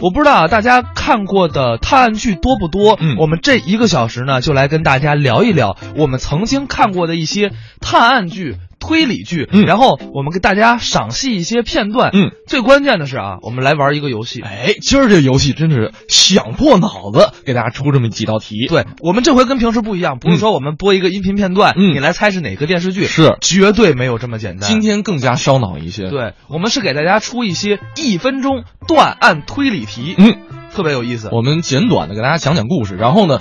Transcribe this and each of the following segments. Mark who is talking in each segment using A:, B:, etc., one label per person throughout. A: 我不知道啊大家看过的探案剧多不多？
B: 嗯
A: 我们这一个小时呢，就来跟大家聊一聊我们曾经看过的一些探案剧、推理剧，
B: 嗯
A: 然后我们给大家赏析一些片段。
B: 嗯，
A: 最关键的是啊，我们来玩一个游戏。
B: 哎，今儿这游戏真是想破脑子给大家出这么几道题。
A: 对我们这回跟平时不一样，不是说我们播一个音频片段，
B: 嗯
A: 你来猜是哪个电视剧，
B: 是
A: 绝对没有这么简单。
B: 今天更加烧脑一些。，
A: 嗯对我们是给大家出一些一分钟断案推理题，
B: 嗯，
A: 特别有意思。
B: 我们简短的给大家讲讲故事，然后呢，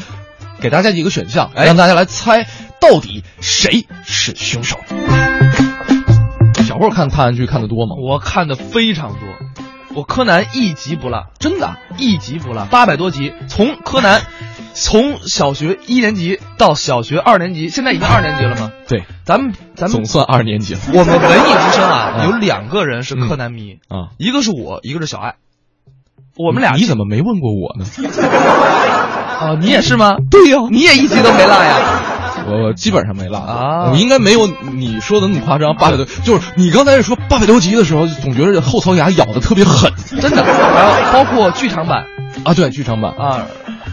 B: 给大家几个选项，
A: 哎
B: 让大家来猜到底谁是凶手。小时候看探案剧看的多吗？
A: 我看的非常多，我柯南一集不落，
B: 真的，
A: 一集不落，八百多集，从柯南，从小学一年级到小学二年级，现在已经二年级了吗？
B: 对，
A: 咱们咱
B: 总
A: 们
B: 算二年级了
A: 我们文艺之声啊，
B: 嗯
A: 有两个人是柯南迷，
B: 啊。
A: 一个是我，一个是小爱，嗯我们俩
B: 你怎么没问过我呢？
A: 啊，你也是吗？
B: 对呀、
A: 你也一集都没落呀？
B: 我基本上没落过
A: 啊
B: 我应该没有你说的那么夸张。八百多，就是你刚才说八百多集的时候，总觉得后槽牙咬的特别狠
A: 真的，然后包括剧场版
B: 啊。对，剧场版，
A: 啊，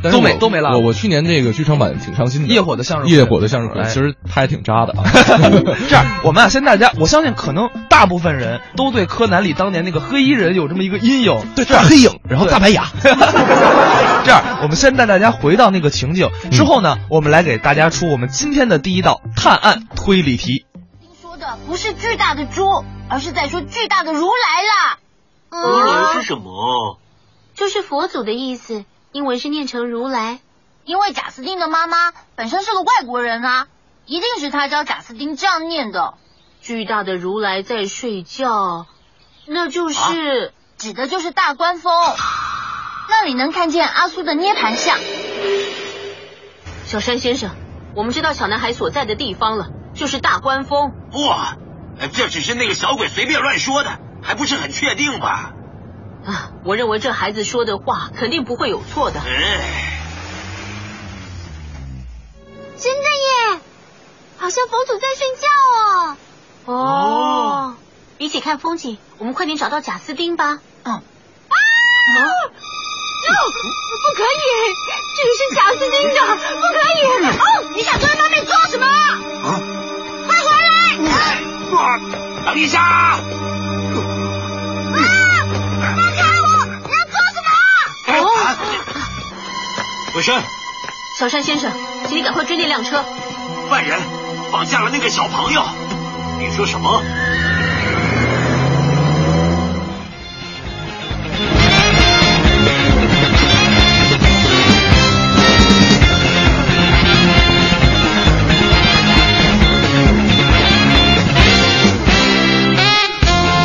B: 但是
A: 都没
B: 我
A: 都没落
B: 我我去年这个剧场版挺伤心的，
A: 夜火的向日葵
B: 夜火的向日葵
A: 哎，。
B: 其实拍的挺渣的啊
A: 这样，我们啊，先大家，我相信可能大部分人都对柯南里当年那个黑衣人有这么一个阴影。
B: 对，这样黑影，然后大白牙，
A: 这样，我们先带大家回到那个情景，之后呢，我们来给大家出我们今天的第一道探案推理题。
C: 您说的不是巨大的猪，而是在说巨大的如来啦。嗯
D: 如来是什么？
E: 就是佛祖的意思，因为是念成如来。
C: 因为贾斯汀的妈妈本身是个外国人啊，一定是他教贾斯汀这样念的，
E: 巨大的如来在睡觉，啊那就是、
C: 指的就是大关峰。那里能看见阿苏的涅盘像，
E: 小山先生。我们知道小男孩所在的地方了，就是大关峰。
D: 哇，呃这只是那个小鬼随便乱说的，还不是很确定吧？
E: 啊，我认为这孩子说的话肯定不会有错的。
D: 哎，
C: 真的耶，好像佛祖在睡觉哦。
D: 哦，
E: 一起看风景，我们快点找到贾斯汀吧。啊
C: 嗯。啊不可以，这个是贾斯汀
E: 嗯
C: 的，不可以。哦，你想坐在那边做什么？
D: 啊，
C: 快回来！
D: 哇，等一下！啊
C: 啊放开我！你要做什么？
D: 哎啊鬼神，
E: 小山先生，请你赶快追那辆车。
D: 犯人绑架了那个小朋友。你说什么？
A: 哒哒哒哒哒哒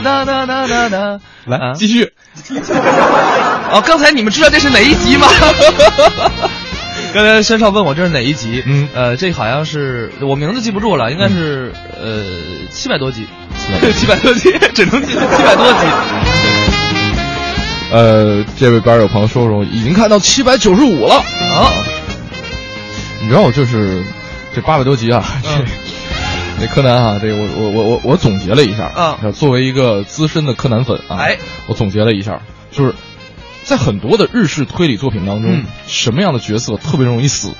A: 哒哒哒哒哒。
B: 来
A: 啊
B: 继续。
A: 哦，刚才你们知道这是哪一集 吗？刚才宣少问我这是哪一集，
B: 嗯
A: 呃，这好像是我名字记不住了，应该是、呃七百多集， 七百多集，只能记七百多集。
B: 呃，这位班友朋友说说，已经看到七百九十五了。
A: 啊，
B: 你知道我就是这八百多集啊，
A: 嗯
B: 这这柯南啊，这个我我我我我总结了一下，
A: 嗯，
B: 作为一个资深的柯南粉啊，
A: 哎，
B: 我总结了一下，就是在很多的日式推理作品当中，
A: 嗯
B: 什么样的角色特别容易死，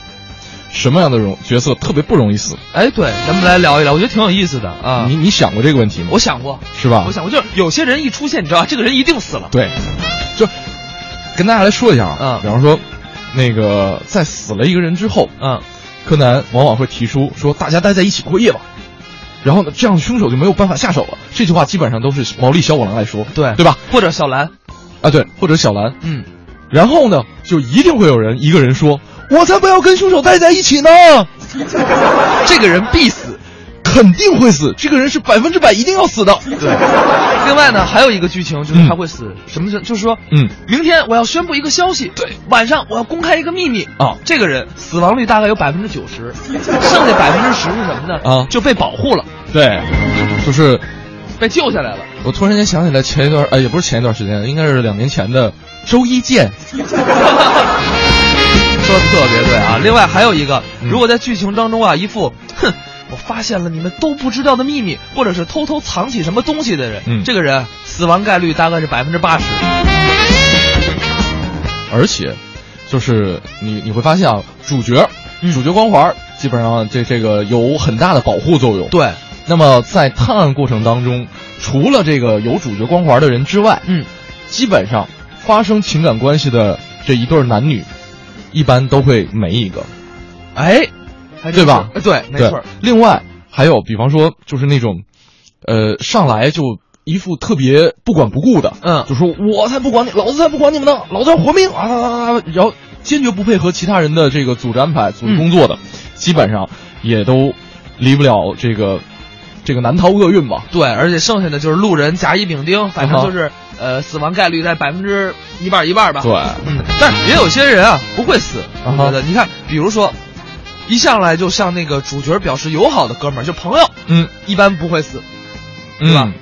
B: 什么样的容角色特别不容易死，
A: 哎，对，咱们来聊一聊，我觉得挺有意思的啊。
B: 你你想过这个问题吗？
A: 我想过，
B: 是吧？
A: 我想过，就是有些人一出现，你知道，这个人一定死了。
B: 对，就跟大家来说一下啊，
A: 嗯
B: 比方说那个在死了一个人之后，
A: 嗯，
B: 柯南往往会提出说大家待在一起过夜吧。然后呢，这样凶手就没有办法下手了。这句话基本上都是毛利小五郎来说，
A: 对
B: 对吧？
A: 或者小兰，
B: 啊，对，或者小兰。
A: 嗯，
B: 然后呢，就一定会有人一个人说：“我才不要跟凶手待在一起呢，
A: 这个人必死。
B: 肯定会死，这个人是百分之百一定要死的。”
A: 对， 另外呢，还有一个剧情就是他会死，什么是就是说，
B: 嗯
A: 明天我要宣布一个消息，对，晚上我要公开一个秘密
B: 啊
A: 这个人死亡率大概有百分之九十，剩下百分之十是什么呢？
B: 啊
A: 就被保护了，
B: 对，就是
A: 被救下来 了。
B: 我突然间想起来前一段，呃，也不是前一段时间，应该是两年前的《周一见》。
A: 说的特别对啊！另外还有一个，
B: 嗯
A: 如果在剧情当中啊，一副哼，我发现了你们都不知道的秘密，或者是偷偷藏起什么东西的人，
B: 嗯
A: 这个人死亡概率大概是百分之八十。
B: 而且，就是你你会发现啊，主角、
A: 嗯
B: 主角光环基本上这这个有很大的保护作用。，
A: 对，
B: 那么在探案过程当中，除了这个有主角光环的人之外，
A: 嗯，
B: 基本上发生情感关系的这一对儿男女，一般都会没一个。
A: 哎，还真
B: 对吧
A: 是？对，没
B: 对
A: 错儿。。
B: 另外还有，比方说就是那种，呃，上来就一副特别不管不顾的，
A: 嗯
B: 就说我才不管你，老子才不管你们呢，老子要活命啊啊啊！啊啊然后坚决不配合其他人的这个组织安排、
A: 嗯
B: 组织工作的，基本上也都离不了这个这个难逃厄运吧。
A: 对，而且剩下的就是路人甲乙丙
B: 嗯
A: 丁，反正就是、呃，死亡概率在百分之一半儿一半儿吧。
B: 对，
A: 嗯，但是也有些人啊不会死，我
B: 啊哈
A: 觉得你看，比如说，一上来就向那个主角表示友好的哥们儿，就朋友，
B: 嗯，
A: 一般不会死，对吧
B: 嗯，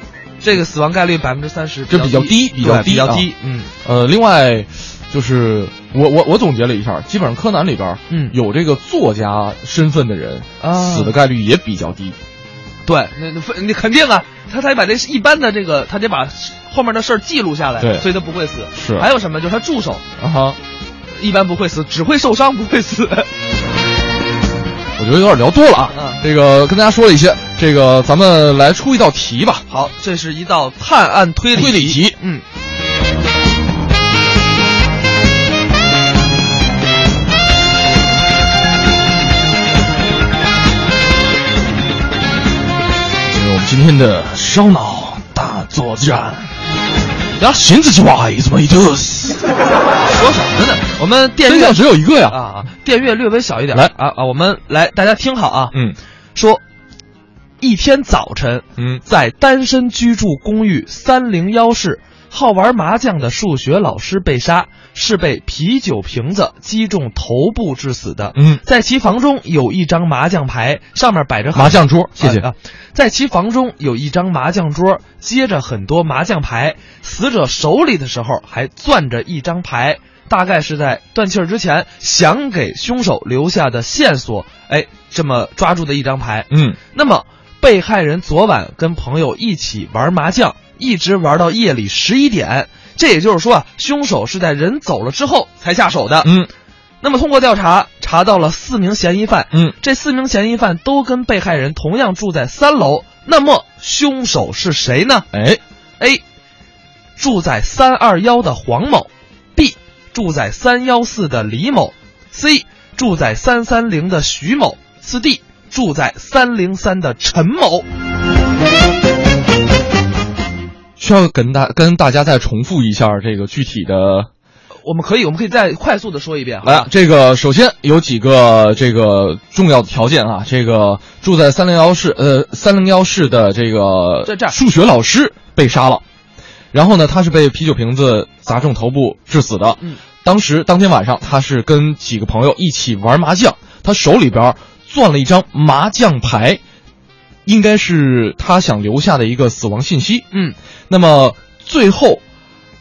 A: 这个死亡概率百分之三十，
B: 这比较低，
A: 比
B: 较
A: 低，比
B: 较
A: 较低。嗯，
B: 呃，另外就是我我我总结了一下，基本上柯南里边儿
A: 嗯
B: 有这个作家身份的人，
A: 啊
B: 死的概率也比较低。
A: 对，那那分你肯定啊，他才把这一般的这个，他得把后面的事儿记录下来，
B: 对
A: 所以他不会死。
B: 是
A: 还有什么？就是他助手
B: 啊哈，
A: 一般不会死，只会受伤，不会死。
B: 我觉得有点聊多了啊。
A: 嗯
B: 这个跟大家说了一些，这个咱们来出一道题吧，
A: 好，这是一道探案推理
B: 推理题。
A: 嗯，
B: 进入我们今天的烧脑大作战。呀，寻思计划怎么一个？
A: 说什么呢？我们电
B: 真
A: 乐
B: 相只有一个呀。
A: 啊啊，电乐略微小一点。
B: 来
A: 啊啊，我们来，大家听好啊。
B: 嗯
A: 说，一天早晨，
B: 嗯
A: 在单身居住公寓三零幺室，好玩麻将的数学老师被杀，是被啤酒瓶子击中头部致死的。
B: 嗯，
A: 在其房中有一张麻将牌，上面摆着很
B: 麻将桌，谢谢。
A: 啊啊在其房中有一张麻将桌，接着很多麻将牌。死者手里的时候还攥着一张牌，大概是在断气儿之前想给凶手留下的线索，哎，这么抓住的一张牌。
B: 嗯
A: 那么，被害人昨晚跟朋友一起玩麻将，一直玩到夜里十一点。这也就是说啊，凶手是在人走了之后才下手的。
B: 嗯
A: 那么通过调查，查到了四名嫌疑犯，
B: 嗯，
A: 这四名嫌疑犯都跟被害人同样住在三楼。那么凶手是谁呢
B: 哎，
A: ？A. 住在三二幺的黄某，B. 住在三幺四的李某，C. 住在三三零的徐某，四 D. 住在三零三的陈某。
B: 需要跟大跟大家再重复一下这个具体的
A: 我们可以，我们可以再快速的说一遍啊好吧
B: 来，这个首先有几个这个重要的条件啊，这个住在三零幺室呃三零幺室的这个
A: 在这儿
B: 数学老师被杀了，然后呢，他是被啤酒瓶子砸中头部致死的。
A: 嗯，
B: 当时当天晚上他是跟几个朋友一起玩麻将，他手里边攥了一张麻将牌，应该是他想留下的一个死亡信息。
A: 嗯，
B: 那么最后，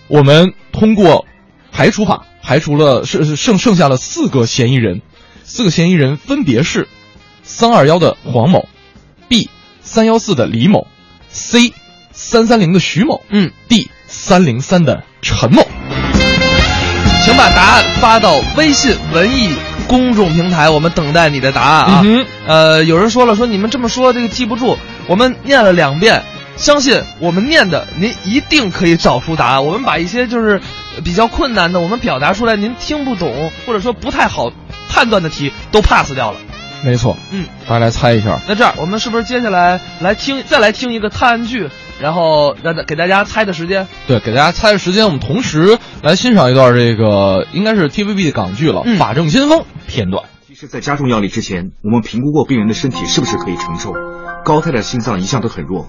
B: 我们通过排除法排除了剩剩剩下了四个嫌疑人，四个嫌疑人分别是三二幺的黄某，B 三幺四的李某，C 三三零的徐某，
A: 嗯
B: ，D 三零三的陈某。
A: 请把答案发到微信文艺公众平台，我们等待你的答案啊。
B: 嗯哼
A: 呃，有人说了，说你们这么说这个记不住，我们念了两遍，相信我们念的您一定可以找出答案。我们把一些就是比较困难的，我们表达出来您听不懂或者说不太好判断的题都 pass 掉了。
B: 没错，
A: 嗯，
B: 大家来猜一下，
A: 那这样我们是不是接下来来听再来听一个探案剧，然后让大给大家猜的时间？
B: 对，给大家猜的时间，我们同时来欣赏一段这个应该是 TVB 的港剧了，
A: 嗯
B: 法证先锋》片段。
F: 其实，在加重药力之前，我们评估过病人的身体是不是可以承受。高太太的心脏一向都很弱，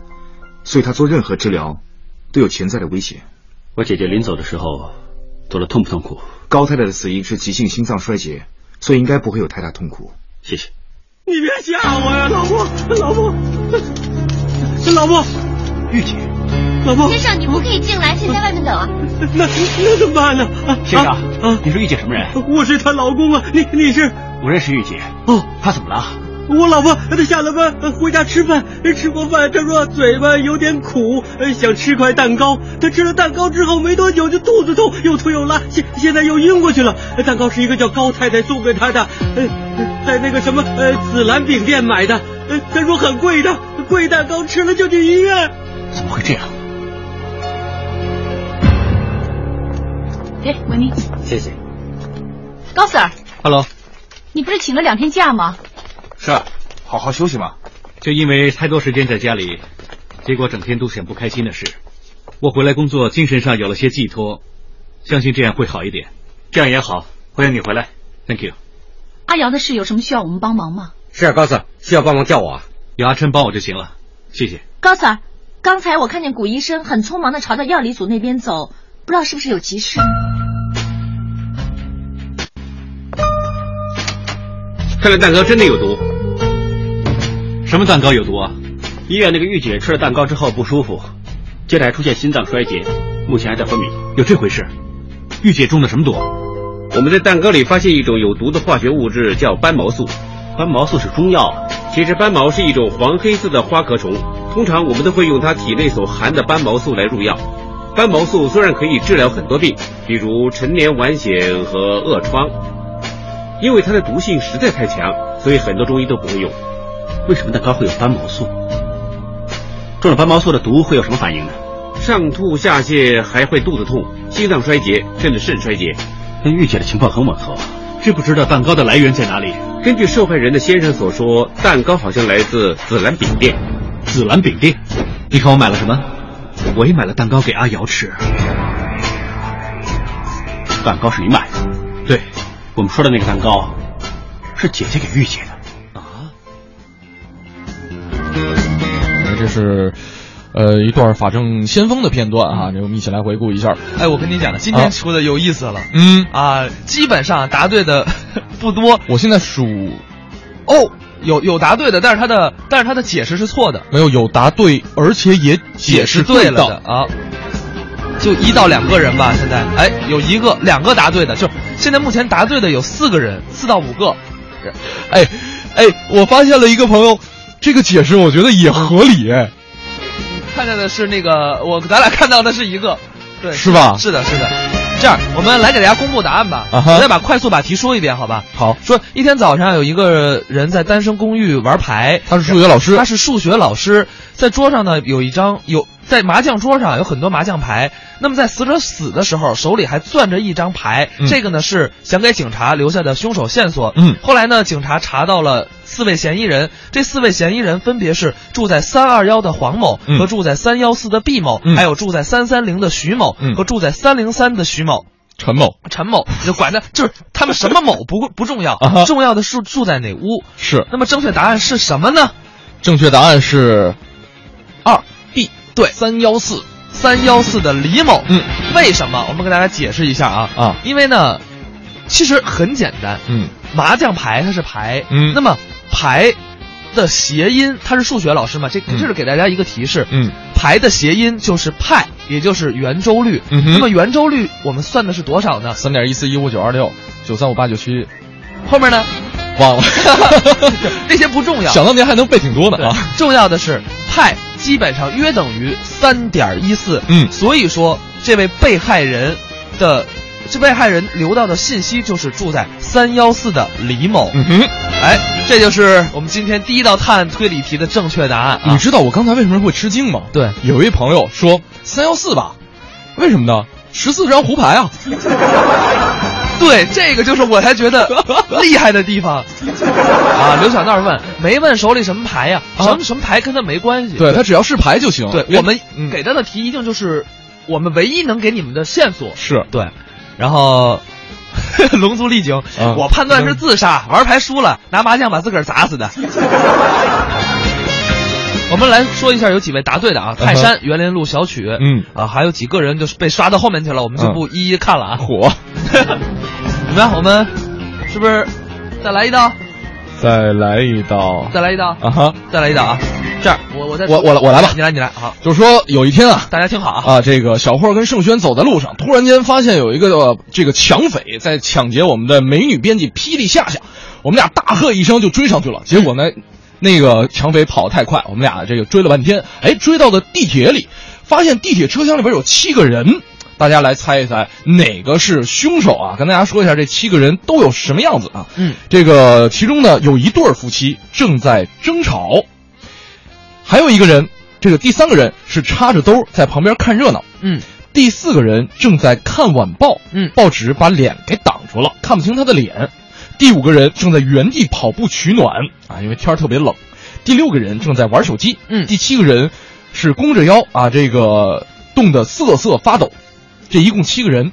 F: 所以她做任何治疗都有潜在的危险。
D: 我姐姐临走的时候，走的痛不痛苦？
F: 高太太的死因是急性心脏衰竭，所以应该不会有太大痛苦。
D: 谢谢。你别吓我呀，老婆，老婆，老婆，
F: 玉姐，
D: 老婆
C: 先，生，你不可以进来，请在外面等啊。
D: 那那怎么办呢？啊
G: 先生，
D: 啊，
G: 你是玉姐什么人？
D: 我是她老公啊，你你是
G: 我认识玉姐。
D: 哦，
G: 她怎么了？
D: 我老婆她下了班呃回家吃饭，呃吃过饭，她说嘴巴有点苦，呃想吃块蛋糕。她吃了蛋糕之后没多久就肚子痛，又吐又拉，现现在又晕过去了。呃蛋糕是一个叫高太太送给她的，呃，呃在那个什么呃紫兰饼店买的，呃她说很贵的，贵蛋糕吃了就去医院。
F: 怎么会这样？
E: 给维尼，
F: 谢谢。
E: 哎高 Sir，
D: Hello，
E: 你不是请了两天假吗？
F: 是啊，好好休息嘛。
D: 就因为太多时间在家里，结果整天都想不开心的事。我回来工作，精神上有了些寄托，相信这样会好一点。
F: 这样也好，欢迎你回来。
D: Thank you。
E: 阿瑶的事有什么需要我们帮忙吗？
D: 是啊，高 Sir，需要帮忙叫我啊？有阿琛帮我就行了，谢谢。
E: 高 Sir，刚才我看见古医生很匆忙的朝着药理组那边走，不知道是不是有急事？
D: 看来蛋糕真的有毒。什么蛋糕有毒啊？医院那个御姐吃了蛋糕之后不舒服，接着还出现心脏衰竭，目前还在昏迷。有这回事？御姐中的什么毒？啊我们在蛋糕里发现一种有毒的化学物质，叫斑毛素。斑毛素是中药。啊其实斑毛是一种黄黑色的花壳虫，通常我们都会用它体内所含的斑毛素来入药。斑毛素虽然可以治疗很多病，比如陈年顽癣和恶疮，因为它的毒性实在太强，所以很多中医都不会用。为什么蛋糕会有斑毛素？中了斑毛素的毒会有什么反应呢？上吐下泻，还会肚子痛、心脏衰竭，甚至肾衰竭。跟玉姐的情况很吻合，啊知不知道蛋糕的来源在哪里？根据受害人的先生所说，蛋糕好像来自紫兰饼店。紫兰饼店，你看我买了什么？我也买了蛋糕给阿瑶吃。蛋糕是你买的？对，我们说的那个蛋糕，啊是姐姐给玉姐的。啊？
B: 呃这是。呃，一段法证先锋的片段啊，
A: 嗯
B: 这我们一起来回顾一下。
A: 哎，我跟你讲，今
B: 啊
A: 天出的有意思了
B: 嗯，
A: 啊！基本上答对的 不多
B: 我现在数
A: 哦，有有答对的，但是他的但是他的解释是错的，
B: 没有有答对，而且也解释
A: 释对了
B: 到
A: 的啊。就一到两个人吧，现在哎，有一个两个答对的，就现在目前答对的有四个人，四到五个。
B: 哎，哎，我发现了一个朋友，这个解释我觉得也合
A: 嗯
B: 理，哎，
A: 看见的是那个，我咱俩看到的是一个，对，
B: 是吧
A: 是的，是的。这样，我们来给大家公布答案吧。
B: 啊哈
A: 我再把快速把题说一遍，好吧？
B: 好，
A: 说一天早上有一个人在单身公寓玩牌，
B: 他是数学老师
A: 他是数学老师，在桌上呢有一张有在麻将桌上啊有很多麻将牌，那么在死者死的时候手里还攥着一张牌，
B: 嗯
A: 这个呢是想给警察留下的凶手线索。
B: 嗯
A: 后来呢警察查到了四位嫌疑人，这四位嫌疑人分别是住在三二幺的黄某
B: 嗯
A: 和住在三幺四的毕某，
B: 嗯
A: 还有住在三三零的徐某、
B: 嗯
A: 和住在三零三的徐某。
B: 陈某
A: 陈某，你就管他，就是他们什么某不不重要
B: 啊哈，
A: 重要的是住在哪屋。
B: 是
A: 那么正确答案是什么呢？
B: 正确答案是
A: 二 B 对三幺四三幺四的李某。
B: 嗯，
A: 为什么？我们给大家解释一下啊
B: 啊
A: 因为呢，其实很简单，
B: 嗯
A: 麻将牌它是牌，
B: 嗯
A: 那么牌的谐音，他是数学老师嘛，这
B: 嗯
A: 这是给大家一个提示，
B: 嗯
A: 牌的谐音就是派，也就是圆周率。
B: 嗯哼
A: 那么圆周率我们算的是多少呢？
B: 三点一四一五九二六九三五八九七，
A: 后面 呢？
B: 忘了，
A: 这些不重要，
B: 想当年还能背挺多呢啊，
A: 重要的是派基本上约等于三点一四，
B: 嗯
A: 所以说这位被害人的这被害人留到的信息就是住在三幺四的李某，
B: 嗯哼。
A: 哎，这就是我们今天第一道探案推理题的正确答案
B: 你
A: 啊。
B: 知道我刚才为什么会吃惊吗？
A: 对，
B: 有一位朋友说三幺四吧，为什么呢？十四张胡牌啊，
A: 对，这个就是我才觉得厉害的地 方啊！刘小闹问，没问手里什么牌呀、
B: 啊
A: 什么什么牌跟他没关系。
B: 对他只要是牌就行。
A: 对，我们
B: 嗯
A: 给他的题一定就是我们唯一能给你们的线索。
B: 是
A: 对，然后龙族丽景，
B: 嗯
A: 我判断是自杀，玩牌输了，拿麻将把自个儿砸 死的。我们来说一下有几位答对的啊，泰山、园林路小曲，
B: 嗯
A: 啊，还有几个人就是被刷到后面去了，我们就不一一 看了啊。
B: 火，
A: 怎么样？我们是不是再来一道？
B: 再来一道
A: 再来一道，
B: 啊哈！
A: 再来一道啊！这样，我我再
B: 我我来我来吧
A: 你来你来，好，
B: 就说有一天啊，
A: 大家听好啊！
B: 啊，这个小霍跟盛轩走在路上，突然间发现有一个、呃这个抢匪在抢劫我们的美女编辑霹雳夏夏，我们俩大喝一声就追上去了。结果呢，那个抢匪跑得太快，我们俩这个追了半天，哎，追到了地铁里，发现地铁车厢里边有七个人。大家来猜一猜哪个是凶手啊？跟大家说一下，这七个人都有什么样子啊？
A: 嗯，
B: 这个其中呢有一对儿夫妻正在争吵，还有一个人，这个第三个人是插着兜在旁边看热闹，
A: 嗯，
B: 第四个人正在看晚报，
A: 嗯
B: 报纸把脸给挡住了，看不清他的脸。第五个人正在原地跑步取暖啊，因为天儿特别冷。第六个人正在玩手机，
A: 嗯
B: 第七个人是弓着腰啊，这个冻得瑟瑟发抖。这一共七个人，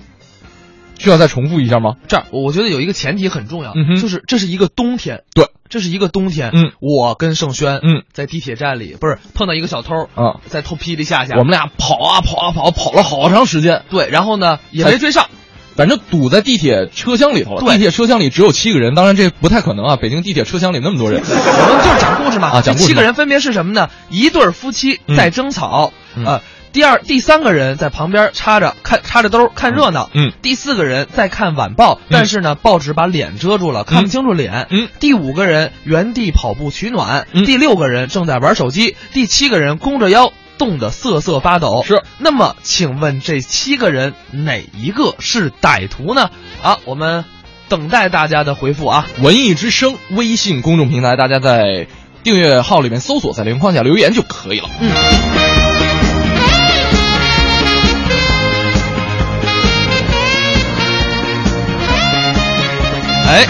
B: 需要再重复一下吗？
A: 这样，我我觉得有一个前提很重要，
B: 嗯哼
A: 就是这是一个冬天，
B: 对，
A: 这是一个冬天，
B: 嗯，
A: 我跟盛轩，
B: 嗯，
A: 在地铁站里不是碰到一个小偷，
B: 啊，
A: 在偷霹雳下下，
B: 我们俩跑啊跑啊跑，跑了好长时间，
A: 对，然后呢也没追上，
B: 反正堵在地铁车厢里头了。
A: 对
B: 地铁车厢里只有七个人，当然这不太可能啊，北京地铁车厢里那么 多人。
A: 我们就是讲故事嘛。
B: 啊讲故事
A: 这七个人分别是什么呢？一对儿夫妻在争吵，
B: 嗯
A: 呃，第二、第三个人在旁边插着看插着兜儿看热闹，
B: 嗯嗯
A: 第四个人在看晚报，但是呢，报纸把脸遮住了，看不清楚脸，
B: 嗯
A: 第五个人原地跑步取暖，
B: 嗯
A: 第六个人正在玩手机，第七个人弓着腰。冻得瑟瑟发抖。
B: 是，
A: 那么请问这七个人哪一个是歹徒呢？啊，我们等待大家的回复啊。
B: 文艺之声微信公众平台，大家在订阅号里面搜索，在留言框下留言就可以了。
A: 哎，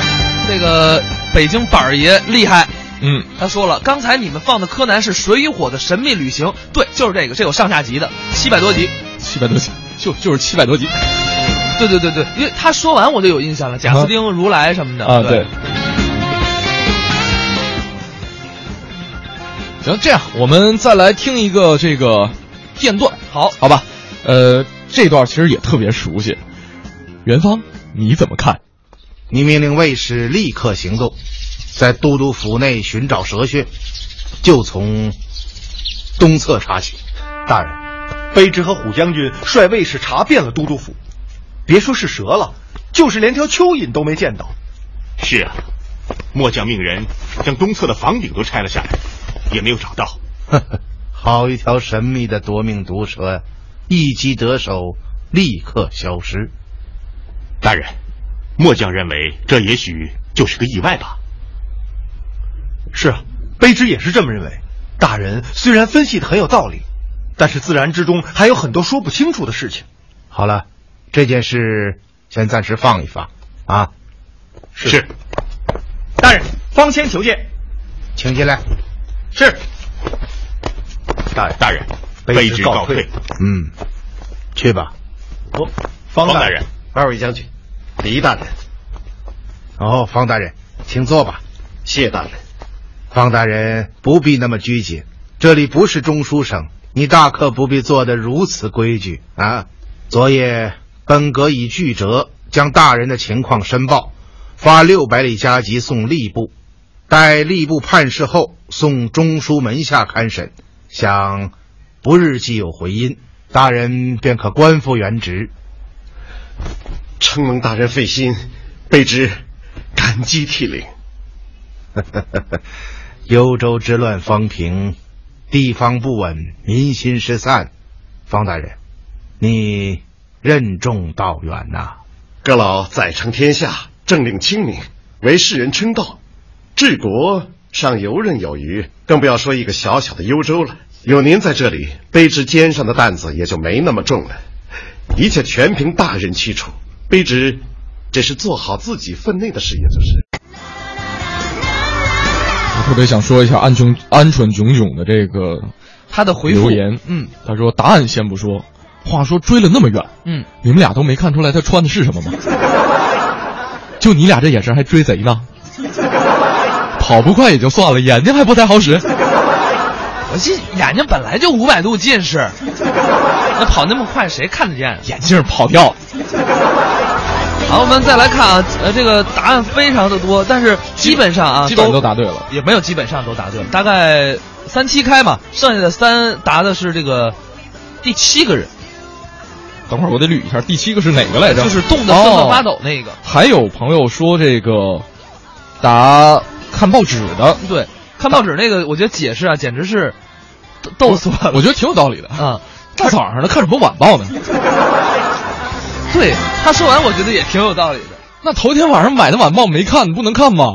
A: 这个北京板儿爷厉害，
B: 嗯，
A: 他说了，刚才你们放的柯南是《水与火的神秘旅行》，对，就是这个，这有上下集的，七百多集。
B: 七百多集，就就是七百多集
A: 啊对对对对，因为他说完我就有印
H: 啊
A: 象了，贾斯汀、如来什么的
B: 啊，
A: 对
B: 对。。行，这样我们再来听一个这个片段，好，好吧，呃，这段其实也特别熟悉，元芳你怎么看？
G: 你命令卫士立刻行动，在都督府内寻找蛇穴，就从东侧查起。大人，
H: 卑职和虎将军率卫士查遍了都督府，别说是蛇了，就是连条蚯蚓都没见到。
I: 是啊，末将命人将东侧的房顶都拆了下来，也没有找 到。
G: 呵呵，好一条神秘的夺命毒蛇呀！一击得手，立刻消失。
I: 大人，末将认为这也许就是个意外吧。
H: 是啊，卑职也是这么认为。大人虽然分析的很有道理，但是自然之中还有很多说不清楚的事情。
G: 好了，这件事先暂时放一放啊，
I: 是，
H: 大人，方谦求见。
G: 请进来。
H: 是，
I: 大人，大人，
G: 卑
I: 卑职
G: 告
I: 告退。
G: 嗯，去吧，
H: 哦，方
I: 方大
H: 大
I: 人，
H: 二位将军，黎大人，
G: 哦，方大人，请坐吧。
H: 谢大人。
G: 方大人不必那么拘谨，这里不是中书省，你大可不必做得如此规矩啊。昨夜哎本阁以具折将大人的情况申报，发六百里加急送吏部，待吏部判事后送中书门下勘审，想不日即有回音，大人便可官复原职。
H: 承蒙大人费心，卑职感激涕零。
G: 幽州之乱方平，地方不稳，民心失散。方大人，你任重道远呐、
H: 阁老载承天下，政令清明，为世人称道，治国尚游刃有余，更不要说一个小小的幽州了。有您在这里，卑职肩上的担子也就没那么重了。一切全凭大人驱除，卑职只是做好自己分内的事业就是。
B: 我特别想说一下鹌鹑鹌鹑炯炯的这个
A: 他的回复
B: 留言，
A: 嗯，
B: 他说答案先不说，话说追了那么远，
A: 嗯，
B: 你们俩都没看出来他穿的是什 么吗？就你俩这眼神还追贼呢？跑不快也就算了，眼睛还不太好使。
A: 我这眼睛本来就五百度近 视，那跑那么快谁看得见？啊
B: 眼镜跑调。
C: Thank
A: 好，我们再来看啊，呃，这个答案非常的多，但是基本上啊，
B: 基本上都答对了，
A: 也没有基本上都答对了，大概三七开嘛，剩下的三答的是这个第七个人，
B: 等会儿我得捋一下，第七个是哪个来着？
A: 就是冻得瑟瑟发抖那个
B: 哦还有朋友说这个答看报纸的，
A: 对，看报纸那个，我觉得解释啊，简直是逗逗死我了，
B: 我觉得挺有道理的。
A: 啊、
B: 大早上的看什么晚报呢？
A: 对，他说完，我觉得也挺有道理的。
B: 那头天晚上买的晚报没看，你不能看吗？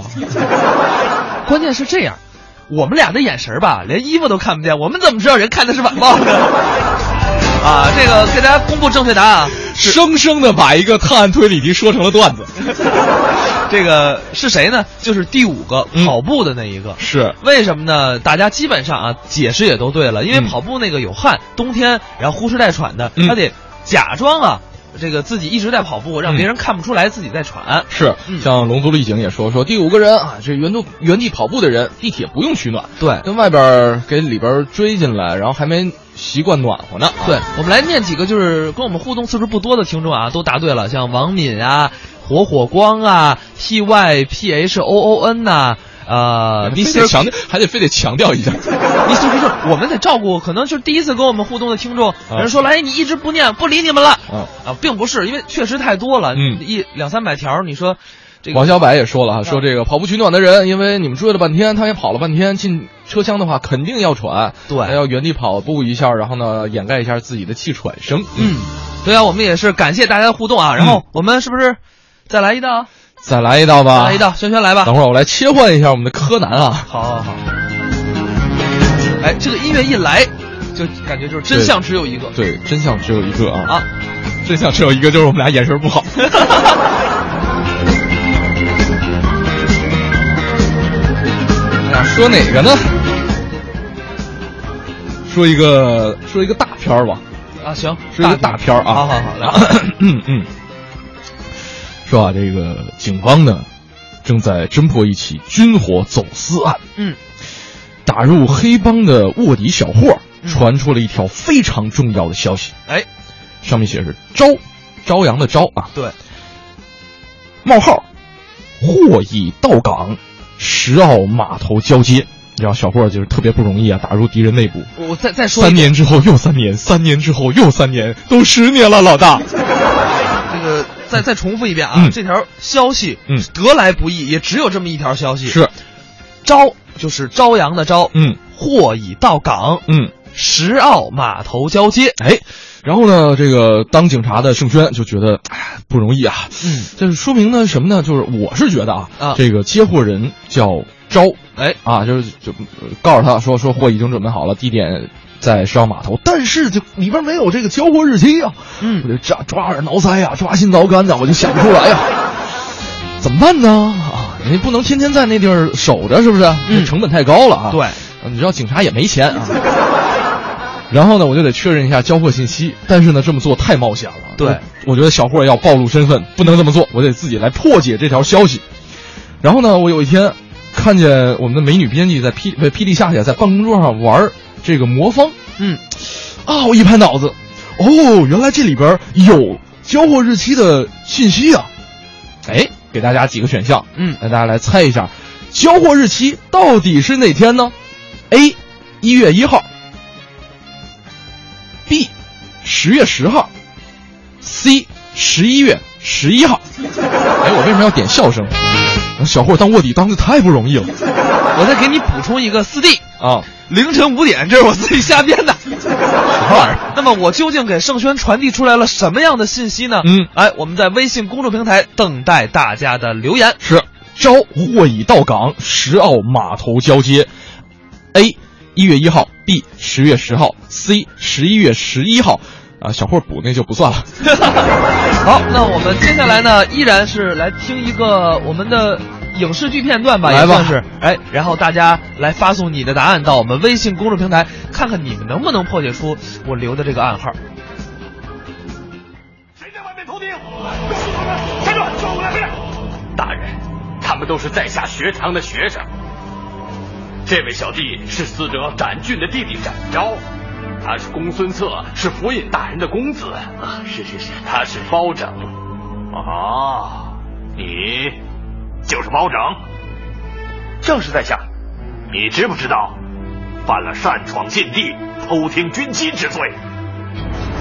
A: 关键是这样，我们俩的眼神儿吧，连衣服都看不见，我们怎么知道人看的是晚报呢？ 啊，这个给大家公布正确答案啊，
B: 生生的把一个探案推理题说成了段子。
A: 这个是谁呢？就是第五个
B: 嗯
A: 跑步的那一个。
B: 是，
A: 为什么呢？大家基本上啊解释也都对了，因为
B: 嗯
A: 跑步那个有汗，冬天然后呼哧带喘的，
B: 嗯
A: 他得假装啊，这个自己一直在跑步，让别人看不出来自己在喘。
B: 是
A: 嗯，
B: 像龙族丽景也说说第五个人啊，这原地原地跑步的人，地铁不用取暖，
A: 对
B: 跟外边儿给里边儿追进来，然后还没习惯暖和呢。啊
A: 对，我们来念几个就是跟我们互动次数不多的听众啊，都答对了，像王敏啊、火火光啊、T Y P H O O N 呐、呃，
B: 必
A: 米
B: 须
A: 斯
B: 强调，还得非得强调一 下。
A: 意思就是我们得照顾，可能就是第一次跟我们互动的听
B: 啊
A: 众，有人说来你一直不念，不理你们了，
B: 嗯
A: 啊，并不是，因为确实太多了，
B: 嗯
A: 一两三百条，你说这个嗯
B: 王小柏也说了哈，说这个跑步取暖的人，因为你们追了半天，他也跑了半天，进车厢的话肯定要喘，
A: 对
B: 还要原地跑步一下，然后呢掩盖一下自己的气喘声。
A: 嗯，对啊，我们也是感谢大家的互动啊，然
B: 嗯
A: 后我们是不是再来一道？
B: 再来一道吧，
A: 来一道，。轩轩来吧。
B: 啊等会儿我来切换一下我们的柯南啊，
A: 好好好。哎，这个音乐一来，就感觉就是真相只有一个。
B: 对，真相只有一个啊，
A: 啊，
B: 真相只有一个，就是我们俩眼神不好。 哎呀，说哪个呢？说一个，说一个大片儿吧。
A: 啊行，
B: 是一个大片儿啊。
A: 好好好，来
B: 嗯嗯。说啊，这个警方呢，正在侦破一起军火走私案。
A: 嗯，
B: 打入黑帮的卧底小霍传出了一条非常重要的消息，
A: 嗯哎，
B: 上面写是“朝”，朝阳的“朝”啊，
A: 对，
B: 冒号，货已到港，石澳码头交接。你知道小霍就是特别不容易啊，打入敌人内部，
A: 我我再再说一
B: 三
A: 遍
B: 年之后又三年，三年之后又三年，都十年了，老大。
A: 这个再再重复一遍啊，
B: 嗯
A: 这条消息
B: 嗯
A: 得来不易，也只有这么一条消息。
B: 是，
A: 朝就是朝阳的朝，
B: 嗯
A: 货已到港，
B: 嗯，
A: 石澳码头交接。
B: 哎，然后呢，这个当警察的盛轩就觉得，哎，不容易啊。
A: 嗯，
B: 这是说明呢什么呢？就是我是觉得啊，
A: 啊
B: 这个接货人叫招，
A: 哎
B: 啊，就是就呃告诉他说说货已经准备好了，地点在石澳码头，但是就里边没有这个交货日期啊。
A: 嗯
B: 我就抓抓耳挠腮呀、抓心挠肝的，我就想不出来呀、怎么办呢？啊，人家不能天天在那地儿守着，是不是？
A: 嗯
B: 这成本太高了啊。
A: 对
B: 啊，你知道警察也没钱啊。 然后呢，我就得确认一下交货信息，但是呢，这么做太冒险了。
A: 对
B: 我，我觉得小霍要暴露身份，不能这么做，我得自己来破解这条消息。然后呢，我有一天看见我们的美女编辑在霹呃霹雳下下在办公桌上玩这个魔方，
A: 嗯，
B: 啊，我一拍脑子，哦，原来这里边有交货日期的信息啊！哎，给大家几个选项，
A: 嗯
B: 让大家来猜一下，交货日期到底是哪天呢？A，一月一号；B，十月十号；C，十一月十一号。哎，我为什么要点笑声？小霍当卧底当的太不容易了
A: 我再给你补充一个四 D，
B: 啊！
A: 凌晨五点，这是我自己瞎编的。那么我究竟给盛轩传递出来了什么样的信息呢？
B: 嗯
A: 哎，我们在微信公众平台等待大家的留言。
B: 是招货已到港，石澳码头交接。A 一月一号，B 十月十号，C 十一月十一号。啊，小霍补那就不算了。
A: 好，那我们接下来呢，依然是来听一个我们的影视剧片段吧，
B: 来
A: 也
B: 吧
A: 算是。哎，然后大家来发送你的答案到我们微信公众平台，看看你们能不能破解出我留的这个暗 号。
I: 谁在外面偷听？站住！抓过来！大人，他们都是在下学堂的学生。这位小弟是死者展俊的弟弟展昭，他是公孙策，是府尹大人的公子。啊，是是是，他是包拯。哦，你就是包拯。正是在下，你知不知道，犯了擅闯禁地、偷听军机之罪，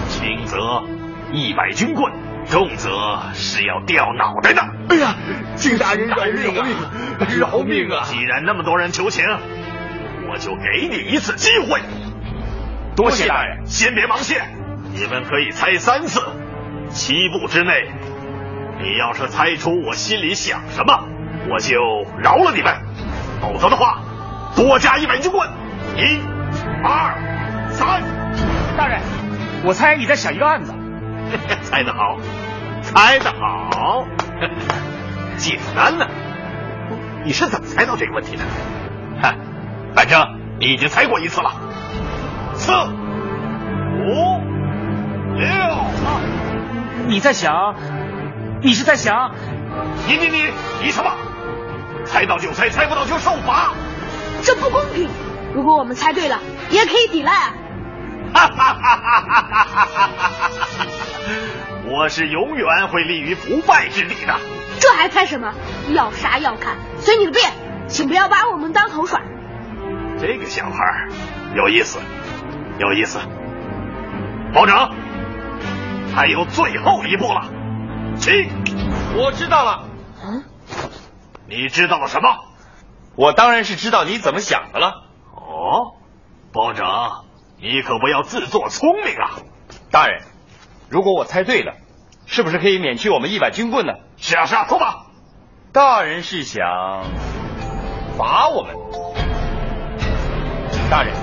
I: 轻则一百军棍，重则是要掉脑袋的。哎呀，请大人饶命啊！饶命啊！既然那么多人求情，我就给你一次机会。多谢大人，先别忙谢，你们可以猜三次，七步之内，你要是猜出我心里想什么，我就饶了你们；否则的话，多加一百军棍。一、二、三，大人，我猜你在想一个案子。 猜得好，猜得好， 简单呢、你是怎么猜到这个问题的？哼，反正你已经猜过一次了。四、五、六。你在想？你是在想？你你你你什么？猜到就猜，猜不到就受罚。
C: 这不公平！如果我们猜对了，也可以抵赖啊。
I: 哈哈哈哈哈哈哈哈！我是永远会立于不败之地的。
C: 这还猜什么？要杀要砍，随你的便，请不要把我们当头耍。
I: 这个想法儿有意思，有意思。包拯，还有最后一步了，起！我知道了。你知道了什么？
J: 我当然是知道你怎么想的了。
I: 哦，包拯，你可不要自作聪明啊！
J: 大人，如果我猜对了，是不是可以免去我们一百军 棍呢？
I: 是啊，是啊，说吧。
J: 大人是想罚我们？大人，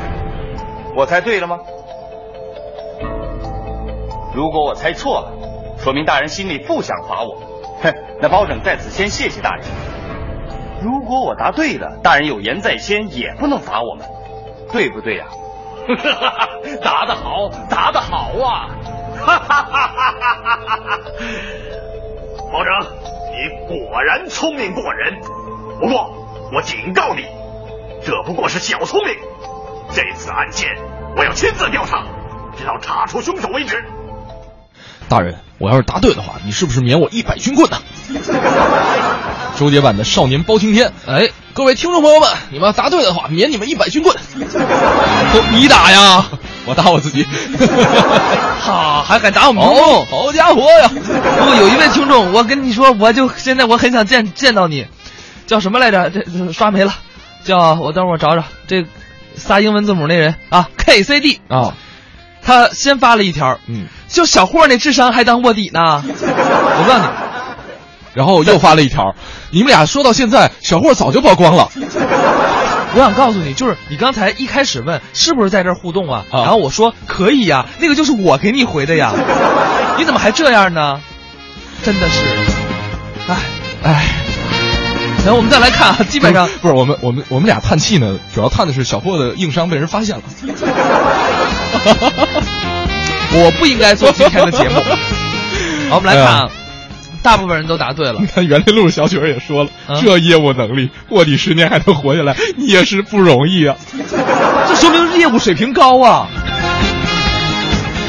J: 我猜对了吗？如果我猜错了，说明大人心里不想罚我。哼，那包拯在此先谢谢大人。如果我答对了，大人有言在先，也不能罚我们，对不对呀、啊
I: 答得好，答得好啊！哈哈哈哈哈哈！包拯，你果然聪明过人。不过，我警告你，这不过是小聪明。这次案件，我要亲自调查，直到查出凶手为止。
B: 大人，我要是答对的话，你是不是免我一百军棍呢？ 周杰版的《少年包青天》，哎，各位听众朋友们，你们要答对的话，免你们一百军棍。 都你打呀，我打我自己。
A: 哈，还敢打我们听众
B: 哦，好家伙呀！
A: 不过有一位听众，我跟你说，我就现在我很想见见到你，叫什么来着？这这刷没了，叫我等会儿我找找这仨英文字母那人啊，K C D
B: 啊、
A: 他先发了一条，
B: 嗯，
A: 就小霍那智商还当卧底呢。我告诉你，
B: 然后又发了一条，你们俩说到现在，小霍早就曝光了。
A: 我想告诉你，就是你刚才一开始问是不是在这儿互动啊，
B: 啊
A: 然后我说可以呀、那个就是我给你回的呀，你怎么还这样呢？真的是，唉
B: 哎，
A: 然后我们再来看啊，基本上
B: 不是我们我们我们俩叹气呢，主要叹的是小霍的硬伤被人发现了。
A: 我不应该做今天的节目。好，我们来看啊，
B: 哎
A: 大部分人都答对了
B: 你。看园林路小曲儿也说了，
A: 嗯
B: 这业务能力，卧底十年还能活下来，你也是不容易啊。
A: 这说明业务水平高啊！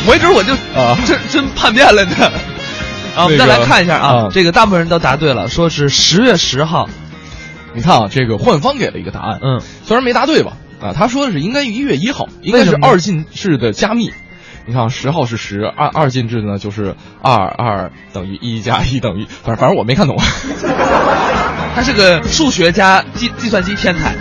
A: 没准我就
B: 啊
A: 真真叛变了呢。 啊，我们再
B: 那个
A: 来看一下啊
B: 啊，
A: 这个大部分人都答对了，说是十月十号。
B: 你看啊，这个幻方给了一个答案，
A: 嗯，
B: 虽然没答对吧，啊，他说的是应该一月一号，应
A: 为
B: 该
A: 什
B: 是
A: 么呢
B: 二进制的加密。你看啊，十号是十，二二进制呢就是二二等于一加一等于，反正反正我没看懂。啊
A: 他是个数学家、计计算机天才。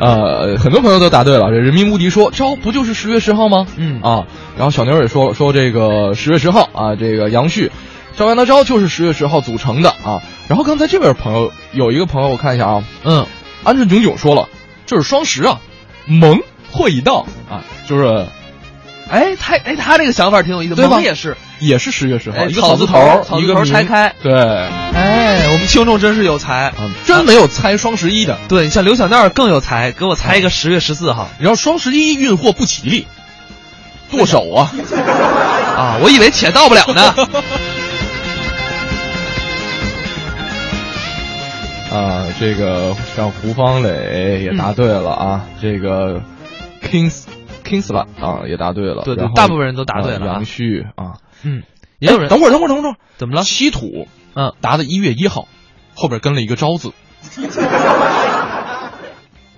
B: 呃，很多朋友都答对了。这人民无敌说招不就是十月十号吗？
A: 嗯
B: 啊，然后小牛也说了，说这个十月十号啊，这个杨旭，朝阳的朝就是十月十号组成的啊。然后刚才这边朋友有一个朋友，我看一下啊，
A: 嗯，
B: 鹌鹑炯炯说了，这是双十啊，萌或已到啊，就是
A: 哎，他哎他这个想法挺有意思，
B: 对
A: 我
B: 吧
A: 们也是。
B: 也是十月十号，
A: 哎
B: 一个
A: 草
B: 草
A: 字
B: 字
A: 头
B: 头，
A: 草字
B: 一个
A: 头
B: 名
A: 拆开
B: 对，啊，
A: 哎，我们听众真是有才。
B: 真没有猜双十一的。
A: 嗯对你像刘小娜更有才，给我猜一个十月十四号
B: 然后双十一运货不吉利，剁手啊。
A: 啊！我以为且到不了 呢。
B: 啊，这个像胡方磊也
A: 嗯
B: 答对了啊，这个 Kings Kings 了啊也答对了，
A: 对对
B: 然后
A: 大部分人都答对了啊
B: 杨旭啊，
A: 嗯，也有人
B: 等会儿，等会儿，等会儿，
A: 怎么了？
B: 稀土，
A: 嗯，
B: 答的一月一号，后边跟了一个昭字，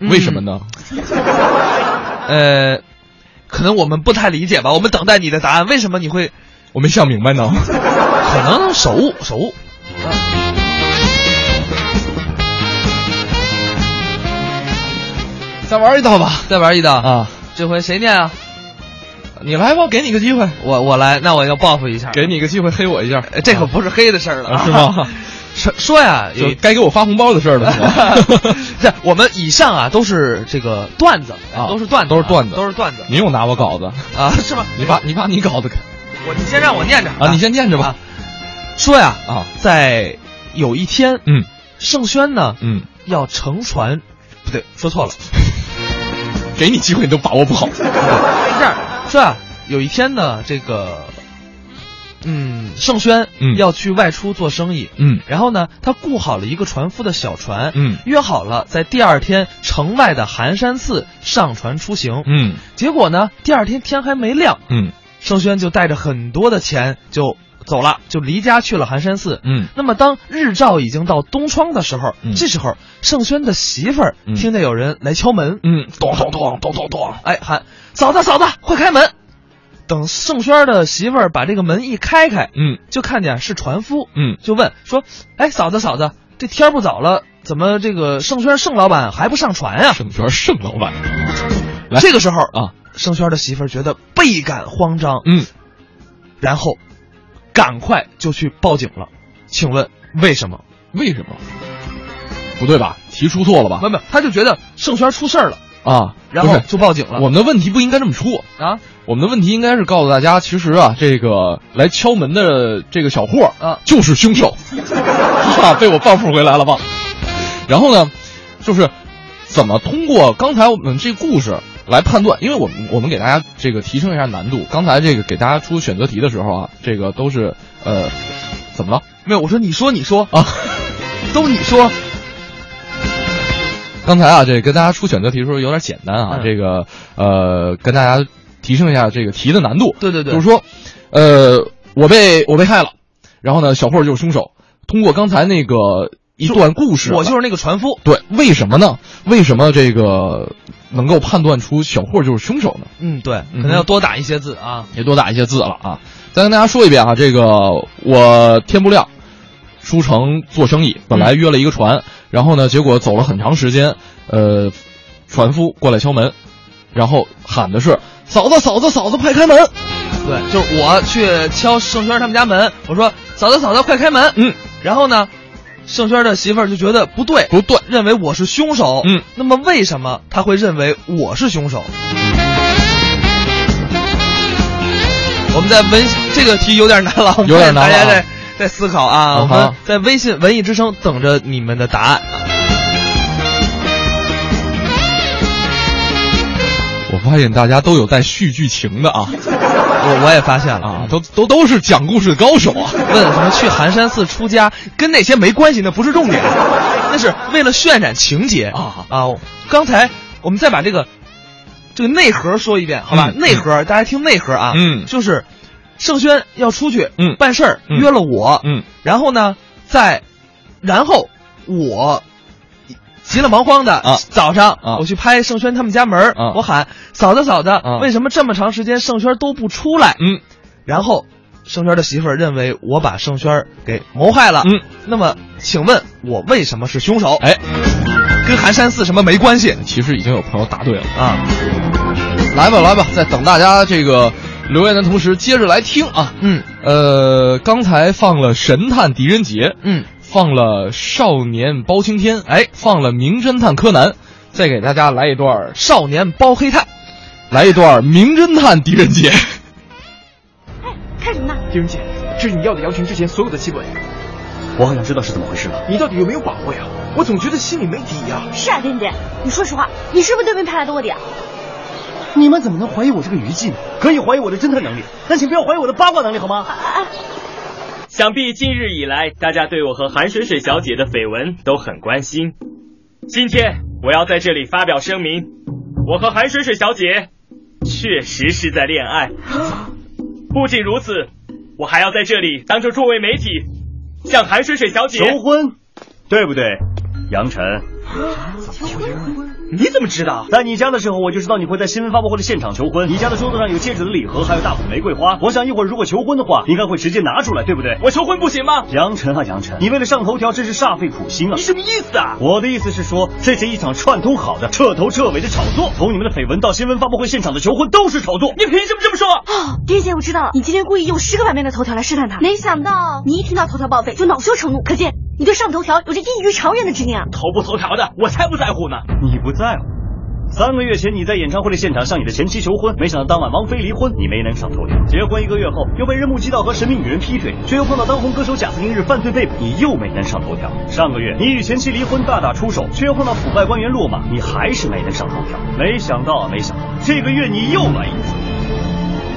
A: 嗯
B: 为什么呢？
A: 呃，可能我们不太理解吧，我们等待你的答案。为什么你会？
B: 我没想明白呢。
A: 可能手误，手误。
B: 再玩一道吧，
A: 再玩一道
B: 啊！
A: 这回谁念啊？
B: 你来吧，给你个机会，
A: 我我来，那我要报复一下。
B: 给你个机会黑我一下，
A: 呃这可不是黑的事儿了，
B: 啊是吗？
A: 说说呀，
B: 就
A: 也
B: 该给我发红包的事儿了是吧。
A: 这我们以上啊都是这个段子
B: 啊
A: 都是段子啊，
B: 都是段子
A: 都是段子
B: 你又拿我稿子，
A: 啊，是吗？
B: 你把你把你稿子给
A: 我你先让我念着
B: 啊，你先念着吧。
A: 说呀
B: 啊，
A: 在有一天，
B: 嗯
A: 盛轩呢，
B: 嗯，
A: 要乘船，不对，说错了，
B: 给你机会你都把握 不好。
A: 这样说呀，有一天呢，这个，嗯，盛轩
B: 嗯
A: 要去外出做生意，
B: 嗯
A: 然后呢，他雇好了一个船夫的小船，
B: 嗯
A: 约好了在第二天城外的寒山寺上船出行，
B: 嗯
A: 结果呢，第二天天还没亮，
B: 嗯
A: 盛轩就带着很多的钱就走了，就离家去了寒山寺，
B: 嗯
A: 那么，当日照已经到东窗的时候，
B: 嗯
A: 这时候盛轩的媳妇儿
B: 嗯
A: 听见有人来敲门，
B: 嗯，咚咚咚咚咚咚，
A: 哎，喊嫂子，嫂子，快开门！等盛轩的媳妇儿把这个门一开开，
B: 嗯
A: 就看见是船夫，
B: 嗯
A: 就问说：“哎，嫂子，嫂子，这天儿不早了，怎么这个盛轩盛老板还不上船呀、
B: 盛轩盛老板，来
A: 这个时候
B: 啊，
A: 盛轩的媳妇儿觉得倍感慌张，
B: 嗯，
A: 然后赶快就去报警了。请问为什么？
B: 为什么？不对吧？题出错了吧
A: 没？没，他就觉得盛轩出事儿了。
B: 啊，
A: 然后就报警了。
B: 我们的问题不应该这么出。
A: 啊
B: 我们的问题应该是告诉大家，其实啊，这个来敲门的这个小伙儿
A: 啊
B: 就是凶手， 啊，被我报复回来了吧？然后呢，就是怎么通过刚才我们这故事来判断，因为我们我们给大家这个提升一下难度。刚才这个给大家出选择题的时候啊，这个都是呃，怎么了
A: 没有，我说你说你说，
B: 啊？
A: 都你说，
B: 刚才啊，这跟大家出选择题的时候有点简单啊，
A: 嗯
B: 这个呃，跟大家提升一下这个题的难度。
A: 对对对
B: 就是说，呃，我被我被害了，然后呢，小霍就是凶手。通过刚才那个一段故事，
A: 我就是那个船夫。
B: 对，为什么呢？为什么这个能够判断出小霍就是凶手呢？
A: 嗯，对，可
B: 嗯哼
A: 能要多打一些字啊。
B: 也多打一些字了啊！再跟大家说一遍啊，这个我天不亮，出城做生意，本来约了一个船，然后呢，结果走了很长时间，呃，船夫过来敲门，然后喊的是“嫂子，嫂子，嫂子，快开门
A: 对，就是我去敲盛轩他们家门，我说嫂子嫂子快开门。
B: 嗯，
A: 然后呢，盛轩的媳妇儿就觉得不对，
B: 不对，
A: 认为我是凶手。
B: 嗯，
A: 那么为什么他会认为我是凶手？我们在文这个题有点难了，我们
B: 有点难了
A: 大
B: 啊
A: 家在在思考啊，
B: 嗯
A: 我
B: 好
A: 们在微信文艺之声等着你们的答案。”。
B: 我发现大家都有带续剧情的啊
A: 我我也发现了
B: 啊，都都都是讲故事的高手啊！
A: 问什么去寒山寺出家，跟那些没关系，那不是重 点，那是为了渲染情节
B: 啊
A: 啊！刚才我们再把这个这个内核说一遍，好吧？
B: 嗯
A: 内核大家听内核啊，
B: 嗯
A: 就是盛轩要出去
B: 嗯
A: 办事儿，
B: 嗯
A: 约了我，
B: 嗯，
A: 然后呢，再然后我。急了忙慌的，
B: 啊
A: 早上、
B: 啊
A: 我去拍盛轩他们家门儿、
B: 啊
A: 我喊嫂子嫂子、
B: 啊
A: 为什么这么长时间盛轩都不出来？
B: 嗯
A: 然后盛轩的媳妇儿认为我把盛轩给谋害了。
B: 嗯，
A: 那么请问我为什么是凶手？
B: 哎，
A: 跟寒山寺什么没关系
B: 其实已经有朋友答对了。
A: 啊？
B: 来吧，来吧，在等大家这个留言的同时，接着来听啊。
A: 嗯
B: 呃，刚才放了《神探狄仁杰》，
A: 嗯，
B: 放了《少年包青天》，哎，放了《名侦探柯南》，再给大家来一段儿，
A: 少年包黑炭，
B: 来一段儿《名侦探狄仁杰》。
C: 看什么呢？
K: 狄仁杰，这是你要的杨群之前所有的气味，
J: 我好想知道是怎么回事了。
K: 你到底有没有把握呀？我总觉得心里没底呀。
C: 是啊，丁姐，你说实话，你是不是对面派来的卧底啊？
K: 你们怎么能怀疑我这个娱记呢？可以怀疑我的侦探能力，但请不要怀疑我的八卦能力，好吗？
L: 想必近日以来，大家对我和韩水水小姐的绯闻都很关心。今天我要在这里发表声明，我和韩水水小姐确实是在恋爱。不仅如此，
K: 我还要在这里当着诸位媒体向韩水水小姐
I: 求婚，对不对，杨晨？你怎么知道？在你家的时候，我就知道你会在新闻发布会的现场求婚。你家的桌子上有戒指的礼盒，还有大捧玫瑰花。我想一会儿如果求婚的话，应该会直接拿出来，对不对？
K: 我求婚不行吗？
I: 杨晨啊，杨晨，你为了上头条，真是煞费苦心啊！
K: 你什么意思啊？
I: 我的意思是说，这是一场串通好的、彻头彻尾的炒作。从你们的绯闻到新闻发布会现场的求婚，都是炒作。
K: 你凭什么这么说？
C: 哦，爹姐，我知道了，你今天故意用十个版面的头条来试探他。
M: 没想到
C: 你一听到头条报废就恼羞成怒，可见你对上头条有着异于常人的执念啊！
K: 头不头条的，我才不在乎呢！
I: 你不在乎。三个月前，你在演唱会的现场向你的前妻求婚，没想到当晚王菲离婚，你没能上头条。结婚一个月后，又被人目击到和神秘女人劈腿，却又碰到当红歌手贾斯汀日犯罪被捕，你又没能上头条。上个月，你与前妻离婚大打出手，却又碰到腐败官员落马，你还是没能上头条。没想到啊，没想到，这个月你又来一次。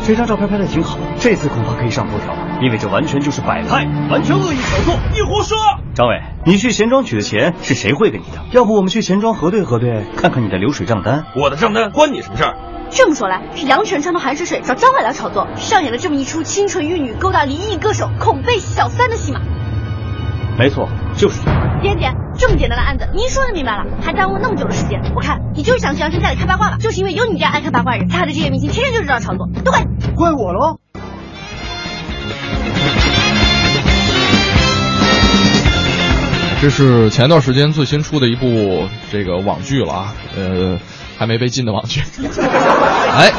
I: 这张照片拍的挺好，这次恐怕可以上头条，因为这完全就是摆拍，完全恶意炒作。
K: 你胡说！
I: 张伟，你去钱庄取的钱是谁汇给你的？要不我们去钱庄核对核对，看看你的流水账单。
D: 我的账单关你什么事儿？
C: 这么说来，是杨晨穿透韩之水找张伟来炒作，上演了这么一出清纯玉女勾搭离异歌手恐被小三的戏码。
I: 没错，就是这样。
C: 点点，这么简单的案子，你一说就明白了，还耽误那么久的时间。我看你就是想去杨晨家里看八卦吧，就是因为有你这样爱看八卦的人，他的职业明星天生就知道炒作，都怪你。
N: 怪我喽。
B: 这是前段时间最新出的一部这个网剧了啊，呃，还没被禁的网剧。 哎，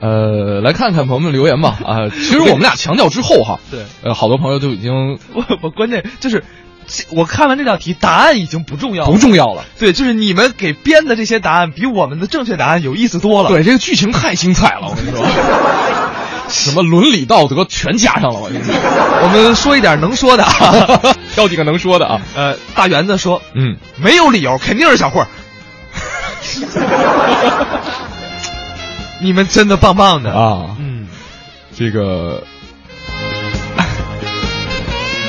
B: 呃，来看看朋友们留言吧啊、其实我们俩强调之后哈，
A: 对，
B: 呃，好多朋友都已经
A: 我我关键就是。这我看完这道题，答案已经不重要了，
B: 不重要了。
A: 对，就是你们给编的这些答案，比我们的正确答案有意思多了。
B: 对这个剧情太精彩了，我跟你说， 什么伦理道德全加上了，我跟你说。
A: 我们说一点能说的啊，
B: 挑几个能说的啊。
A: 呃，大园子说，
B: 嗯，
A: 没有理由，肯定是小慧儿。 你们真的棒棒的
B: 啊！
A: 嗯，
B: 这个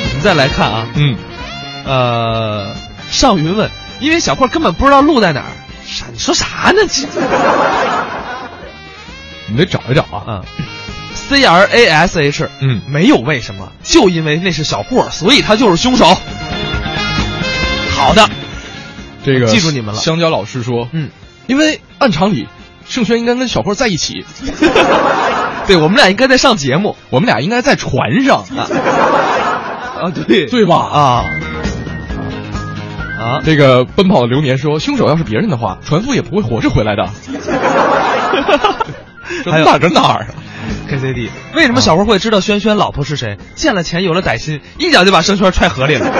A: 我们再来看啊，
B: 嗯，
A: 呃，尚云问，因为小慧儿根本不知道路在哪儿，啥？你说啥呢？ 这
B: 你得找一找啊。
A: 嗯，C R A S H，
B: 嗯，
A: 没有为什么，就因为那是小霍，所以他就是凶手。好的，
B: 这个
A: 记住你们了
B: 香蕉老师说，
A: 嗯，
B: 因为按常理，盛轩应该跟小慧在一起，
A: 对我们俩应该在上节目
B: 我们俩应该在船上啊，
A: 啊，对
B: 对吧？
A: 啊啊，
B: 这个奔跑的流年说，凶手要是别人的话，船夫也不会活着回来的。 这
A: 还有
B: 哪儿跟哪儿啊？
A: K C D，为什么小慧会知道轩轩老婆是谁？见了钱有了歹心，一脚就把盛轩踹河里 了。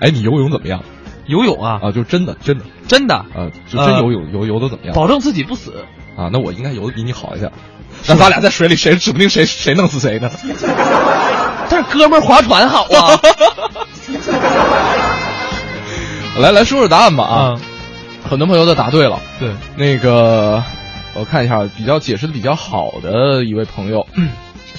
B: 哎，你游泳怎么样？
A: 游泳啊，
B: 啊，就真的真的
A: 真的，
B: 啊，就真游泳游游的怎么样？
A: 保证自己不死。
B: 啊，那我应该游的比你好一点。那咱俩在水里，谁指不定谁谁弄死谁呢？
A: 但是哥们儿划船好啊。
B: 来来说说答案吧啊
A: 嗯，
B: 很多朋友都答 对了。
A: 对，
B: 那个我看一下，比较解释的比较好的一位朋友，
A: 嗯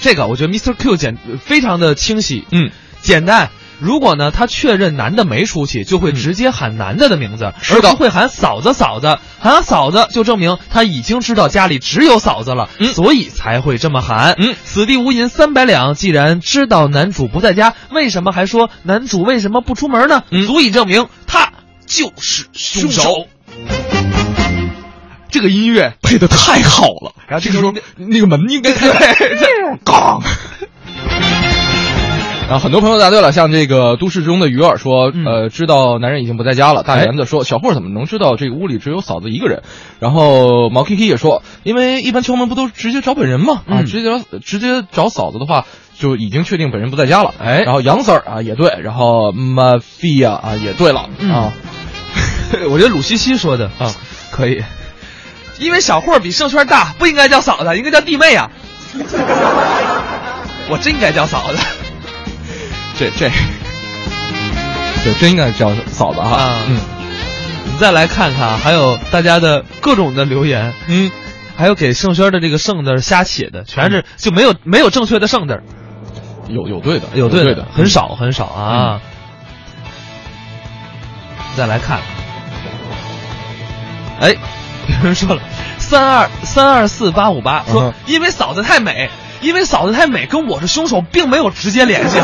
A: 这个我觉得 Mr. Q 简呃非常的清晰，
B: 嗯，
A: 简单。如果呢，他确认男的没出息，
B: 嗯
A: 就会直接喊男的的名字，
B: 是的
A: 而不会喊嫂子嫂子，喊嫂子就证明他已经知道家里只有嫂子了，
B: 嗯
A: 所以才会这么喊。
B: 嗯
A: 此地无银三百两，既然知道男主不在家，为什么还说男主为什么不出门呢？
B: 嗯
A: 足以证明他就是凶
B: 凶手
A: 这个音乐
B: 配的太好了。
A: 然后
B: 这
A: 这个
B: 个时
A: 时
B: 候
A: 候
B: 那个门应该开，咣。啊，很多朋友答对了，像这个都市中的鱼儿说，
A: 嗯
B: 呃，知道男人已经不在家了。大
A: 哎
B: 园子说，小慧儿怎么能知道这个屋里只有嫂子一个人？然后毛 K K 也说，因为一般敲门不都直接找本人吗？啊，
A: 嗯
B: 直接找直接找嫂子的话，就已经确定本人不在家了。
A: 哎
B: 然后杨 Sir 啊也对，然后 Mafia 啊也对了、
A: 嗯
B: 啊，
A: 我觉得鲁西西说的
B: 啊，
A: 可以，嗯因为小霍比盛圈大，不应该叫嫂子，应该叫弟妹啊。我真该叫嫂子。
B: 这这，对，真应该叫嫂子哈。
A: 啊
B: 嗯
A: 我们再来看看啊，还有大家的各种的留言，
B: 嗯。
A: 还有给盛轩的这个“盛”字儿瞎写的，全是就没有没有正确的“盛”字儿，
B: 有有对的，
A: 有
B: 对
A: 对的，很少很少啊。再来看，哎，有人说了，三二三二四八五八
B: 嗯哼
A: 说，因为嫂子太美，因为嫂子太美跟我是凶手并没有直接联系。